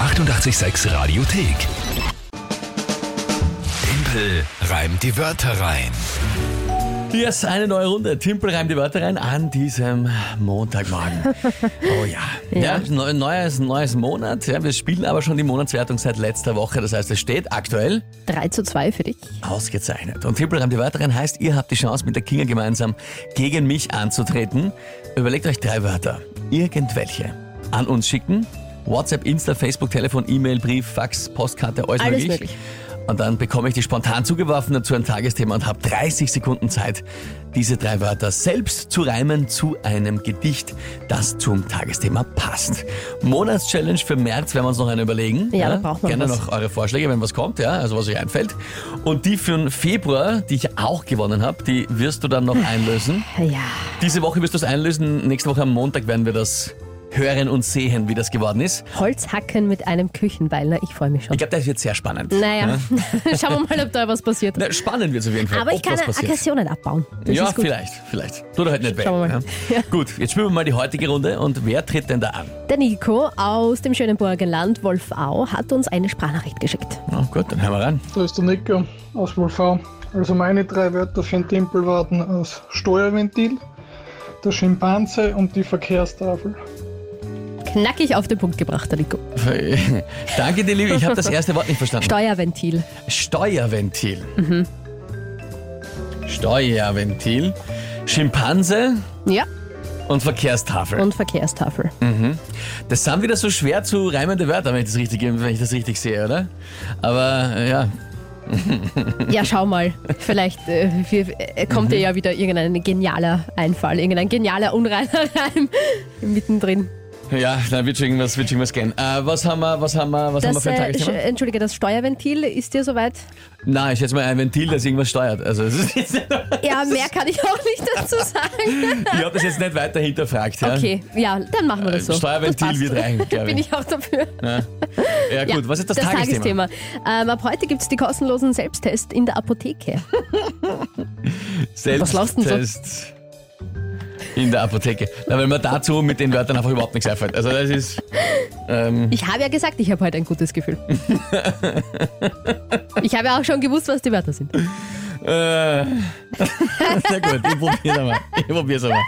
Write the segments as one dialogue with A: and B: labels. A: 886 Radiothek. Tempel reimt die Wörter rein.
B: Yes, eine neue Runde. Timpel reimt die Wörter rein an diesem Montagmorgen. Oh ja. ja. neu- neues, neues Monat. Ja, wir spielen aber schon die Monatswertung seit letzter Woche. Das heißt, es steht aktuell
C: 3 zu 2 für dich.
B: ausgezeichnet. Und Timpel reimt die Wörter rein heißt, ihr habt die Chance, mit der Kinga gemeinsam gegen mich anzutreten. Überlegt euch drei Wörter. Irgendwelche. An uns schicken. WhatsApp, Insta, Facebook, Telefon, E-Mail, Brief, Fax, Postkarte, alles,
C: Alles
B: möglich.
C: möglich.
B: Und dann bekomme ich die spontan zugeworfene zu einem Tagesthema und habe 30 Sekunden Zeit, diese drei Wörter selbst zu reimen zu einem Gedicht, das zum Tagesthema passt. Monatschallenge für März werden wir uns noch eine überlegen.
C: Ja, da braucht man
B: Gerne
C: was.
B: noch eure Vorschläge, wenn was kommt, ja, also was euch einfällt. Und die für den Februar, die ich auch gewonnen habe, die wirst du dann noch einlösen.
C: Ja,
B: Diese Woche wirst du es einlösen, nächste Woche am Montag werden wir das hören und sehen, wie das geworden ist.
C: Holzhacken mit einem Küchenbeil. Na, ich freue mich schon.
B: Ich glaube, das wird sehr spannend.
C: Naja, schauen wir mal, ob da was passiert.
B: Na, spannend wird es auf jeden Fall.
C: Aber ich
B: ob
C: kann
B: was passiert.
C: Aggressionen abbauen. Das
B: ja,
C: ist gut.
B: vielleicht, vielleicht. Tut er halt nicht weg.
C: Schauen wir mal.
B: Ja. Gut, jetzt spielen wir mal die heutige Runde und wer tritt denn da an?
C: Der Nico aus dem schönen Burgenland, Wolfau, hat uns eine Sprachnachricht geschickt.
B: Na gut, dann hören wir rein.
D: Da ist der Nico aus Wolfau. Also meine drei Wörter für den Tempel waren aus Steuerventil, der Schimpanse und die Verkehrstafel.
C: Knackig auf den Punkt gebracht, der Nico.
B: Danke dir, Liebe. Ich habe das erste Wort nicht verstanden.
C: Steuerventil.
B: Steuerventil.
C: Mhm.
B: Steuerventil. Schimpanse
C: Ja,
B: und Verkehrstafel.
C: und Verkehrstafel.
B: das sind wieder so schwer zu reimende Wörter, wenn ich das richtig, wenn ich das richtig sehe, oder? Aber äh, ja, Mhm.
C: Ja, schau mal. Vielleicht äh, wir, äh, kommt dir ja wieder irgendein genialer Einfall, irgendein genialer unreiner Reim mittendrin.
B: ja, dann wird schon irgendwas, wird schon irgendwas gehen. Äh, was haben wir, was haben wir, was haben wir
C: Das,
B: für ein
C: äh, Sch-
B: Tagesthema?
C: Entschuldige, das Steuerventil ist dir soweit?
B: Nein, ich schätze mal ein Ventil, das irgendwas steuert. Also es ist jetzt
C: Ja, mehr kann ich auch nicht dazu sagen.
B: Ich habe das jetzt nicht weiter hinterfragt. Ja?
C: Okay, ja, dann machen wir das so.
B: Äh, Steuerventil
C: Das passt.
B: wird rein, glaub ich.
C: Bin ich auch dafür.
B: Ja, gut, was ist das,
C: das
B: Tagesthema?
C: Tagesthema? Ähm, ab heute gibt es die kostenlosen Selbsttests in der Apotheke. Was lachst du denn
B: Selbsttest in der Apotheke. Na, weil mir dazu mit den Wörtern einfach überhaupt nichts einfällt. Also das ist... Ähm,
C: Ich habe ja gesagt, ich habe heute ein gutes Gefühl. Ich habe ja auch schon gewusst, was die Wörter sind.
B: äh, na gut, ich probier's einmal. Ich probier's einmal.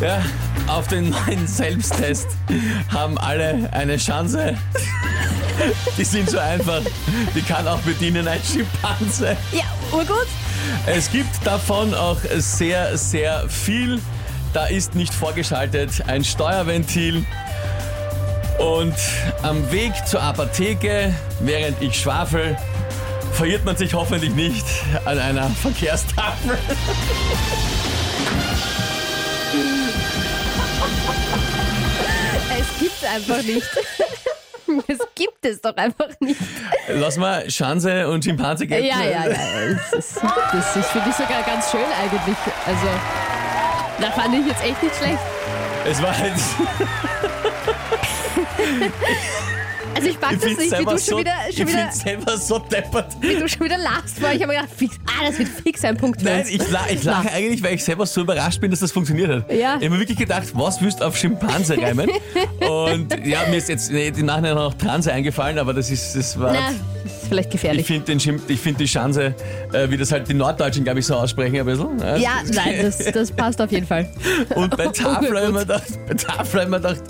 B: Ja, auf den neuen Selbsttest haben alle eine Chance. Die sind so einfach. Die kann auch bedienen ein Schimpanse.
C: Ja, urgut.
B: Es gibt davon auch sehr, sehr viel. Da ist nicht vorgeschaltet ein Steuerventil. Und am Weg zur Apotheke, während ich schwafel, verirrt man sich hoffentlich nicht an einer Verkehrstafel.
C: Es gibt einfach nicht. Es gibt es doch einfach nicht.
B: Lass mal Chance und Schimpanse
C: Ja,
B: gelten.
C: ja, ja. Das ist, das ist für dich sogar ganz schön eigentlich. Also, da fand ich jetzt echt nicht schlecht.
B: Es war halt.
C: Also ich pack
B: Ich
C: das
B: find's
C: nicht, wie
B: selber,
C: du schon
B: so,
C: wieder,
B: ich
C: schon wieder,
B: find's selber so deppert.
C: wie du schon wieder lachst, weil ich habe mir gedacht, fix, ah, das wird fix ein Punkt. für
B: Nein,
C: uns.
B: ich, la ich lache eigentlich, weil ich selber so überrascht bin, dass das funktioniert hat.
C: Ja.
B: Ich habe mir wirklich gedacht, was willst du auf Schimpanse reimen? Und ja, mir ist jetzt nee, im Nachhinein noch Transe eingefallen, aber das ist, das war.
C: Na, das ist vielleicht
B: Ich
C: gefährlich.
B: finde den Schimp ich finde die Chance, äh, wie das halt die Norddeutschen, glaube ich, so aussprechen, ein bisschen. Ja,
C: Ja, nein, das, das passt auf jeden Fall.
B: Und bei Tafel habe ich mir gedacht, bei Tafel habe ich mir gedacht,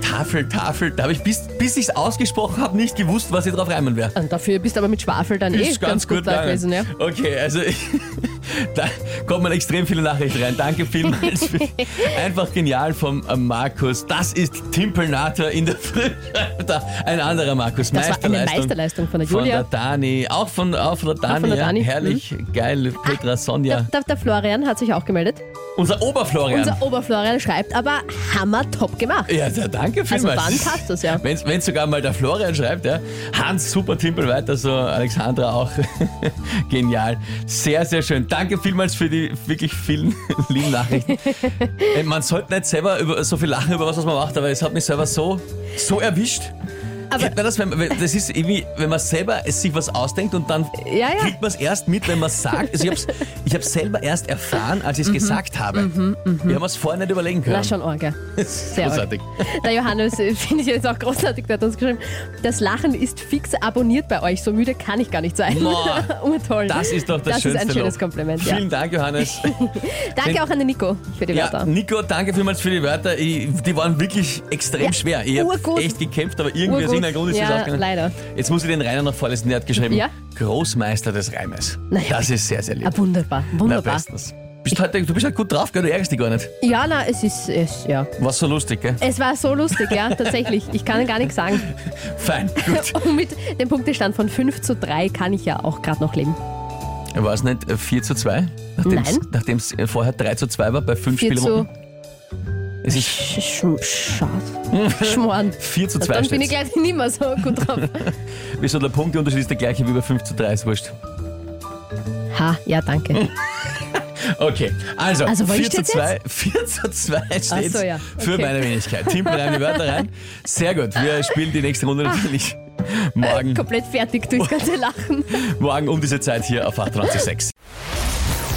B: Tafel, Tafel, da habe ich bis, bis ich es ausgesprochen habe, nicht gewusst, was ich drauf reimen werde.
C: Und dafür bist du aber mit Schwafel dann eh
B: ist ganz, gut
C: da
B: gegangen.
C: gewesen, ja.
B: Okay, also ich, da kommen extrem viele Nachrichten rein. Danke vielmals. Für, einfach genial vom äh, Markus. Das ist Timpelnater in der Früh. Da, ein anderer Markus.
C: Das war eine
B: Meisterleistung.
C: Meisterleistung von der
B: Von der
C: Julia.
B: Dani, auch von, auch von der Dani,
C: der
B: ja.
C: Dani, Mhm. Ah,
B: herrlich, geil, Petra, Sonja.
C: Der, der, der Florian hat sich auch gemeldet.
B: Unser Oberflorian.
C: Unser Oberflorian schreibt, aber Hammer top gemacht.
B: ja, da- danke
C: Also
B: vielmals.
C: dann passt das ja.
B: Wenn es sogar mal der Florian schreibt, ja. Hans, super Timpel weiter so, Alexandra auch. Genial. Sehr, sehr schön. Danke vielmals für die wirklich vielen lieben Nachrichten. Äh, man sollte nicht selber über so viel lachen, über was, was man macht, aber es hat mich selber so, so erwischt.
C: aber
B: Kennt man das, wenn, wenn- das ist irgendwie, wenn man selber sich was ausdenkt und dann
C: Ja, ja.
B: kriegt man es erst mit, wenn man es sagt. Also ich habe es ich hab's selber erst erfahren, als ich es gesagt habe. Wir haben es vorher nicht überlegen können.
C: Mhm. na schon Orga.
B: Sehr
C: arg.
B: großartig.
C: Der Johannes äh, finde ich jetzt auch großartig, der hat uns geschrieben, das Lachen ist fix abonniert bei euch, so müde kann ich gar nicht sein.
B: Boah,
C: Urtoll.
B: Das ist doch das,
C: Das ist
B: schönste
C: ein schönes
B: Lob.
C: Kompliment, ja.
B: Vielen Dank, Johannes.
C: Danke auch an den Nico für die
B: Ja,
C: Wörter.
B: Nico, danke vielmals für die Wörter. Ich, die waren wirklich extrem
C: Ja,
B: schwer. Ich habe
C: urgut.
B: echt gekämpft, aber irgendwie aus
C: Urgut.
B: irgendeinem Grund ist das
C: Ja,
B: ausgegangen.
C: leider.
B: Jetzt muss ich den Rainer noch vorlesen, der hat geschrieben,
C: Ja.
B: Großmeister des Reimes.
C: Naja.
B: Das ist sehr, sehr lieb.
C: Ah, wunderbar,
B: Na,
C: wunderbar.
B: bestens. Bist heute, du bist halt gut drauf, gell? du ärgerst dich gar nicht.
C: Ja, na, es ist, es, ja.
B: War so lustig, gell?
C: Es war so lustig, ja, tatsächlich. Ich kann gar nichts sagen.
B: Fein, gut.
C: Und mit dem Punktestand von 5 zu 3 kann ich ja auch gerade noch leben.
B: War es nicht äh, 4 zu 2?
C: Nein.
B: Nachdem es äh, vorher 3 zu 2 war bei 5
C: 4 zu
B: Spielrunden. Es ist
C: Sch Schad. Schmoren.
B: 4 zu 2
C: Dann bin ich
B: steht's.
C: gleich nicht mehr so gut drauf.
B: Wieso der Punkteunterschied ist der gleiche wie bei 5 zu 3, ist wurscht.
C: Ha, ja, danke.
B: Okay, also,
C: Also, wo
B: 4 zu
C: steht's
B: 2, 4 zu 2 steht
C: Ach so, ja.
B: für
C: Okay.
B: meine Wenigkeit. Tim, rein die Wörter rein. Sehr gut, wir spielen die nächste
C: Ah.
B: Runde natürlich morgen,
C: Komplett fertig durchs ganze Lachen.
B: morgen um diese Zeit hier auf 886.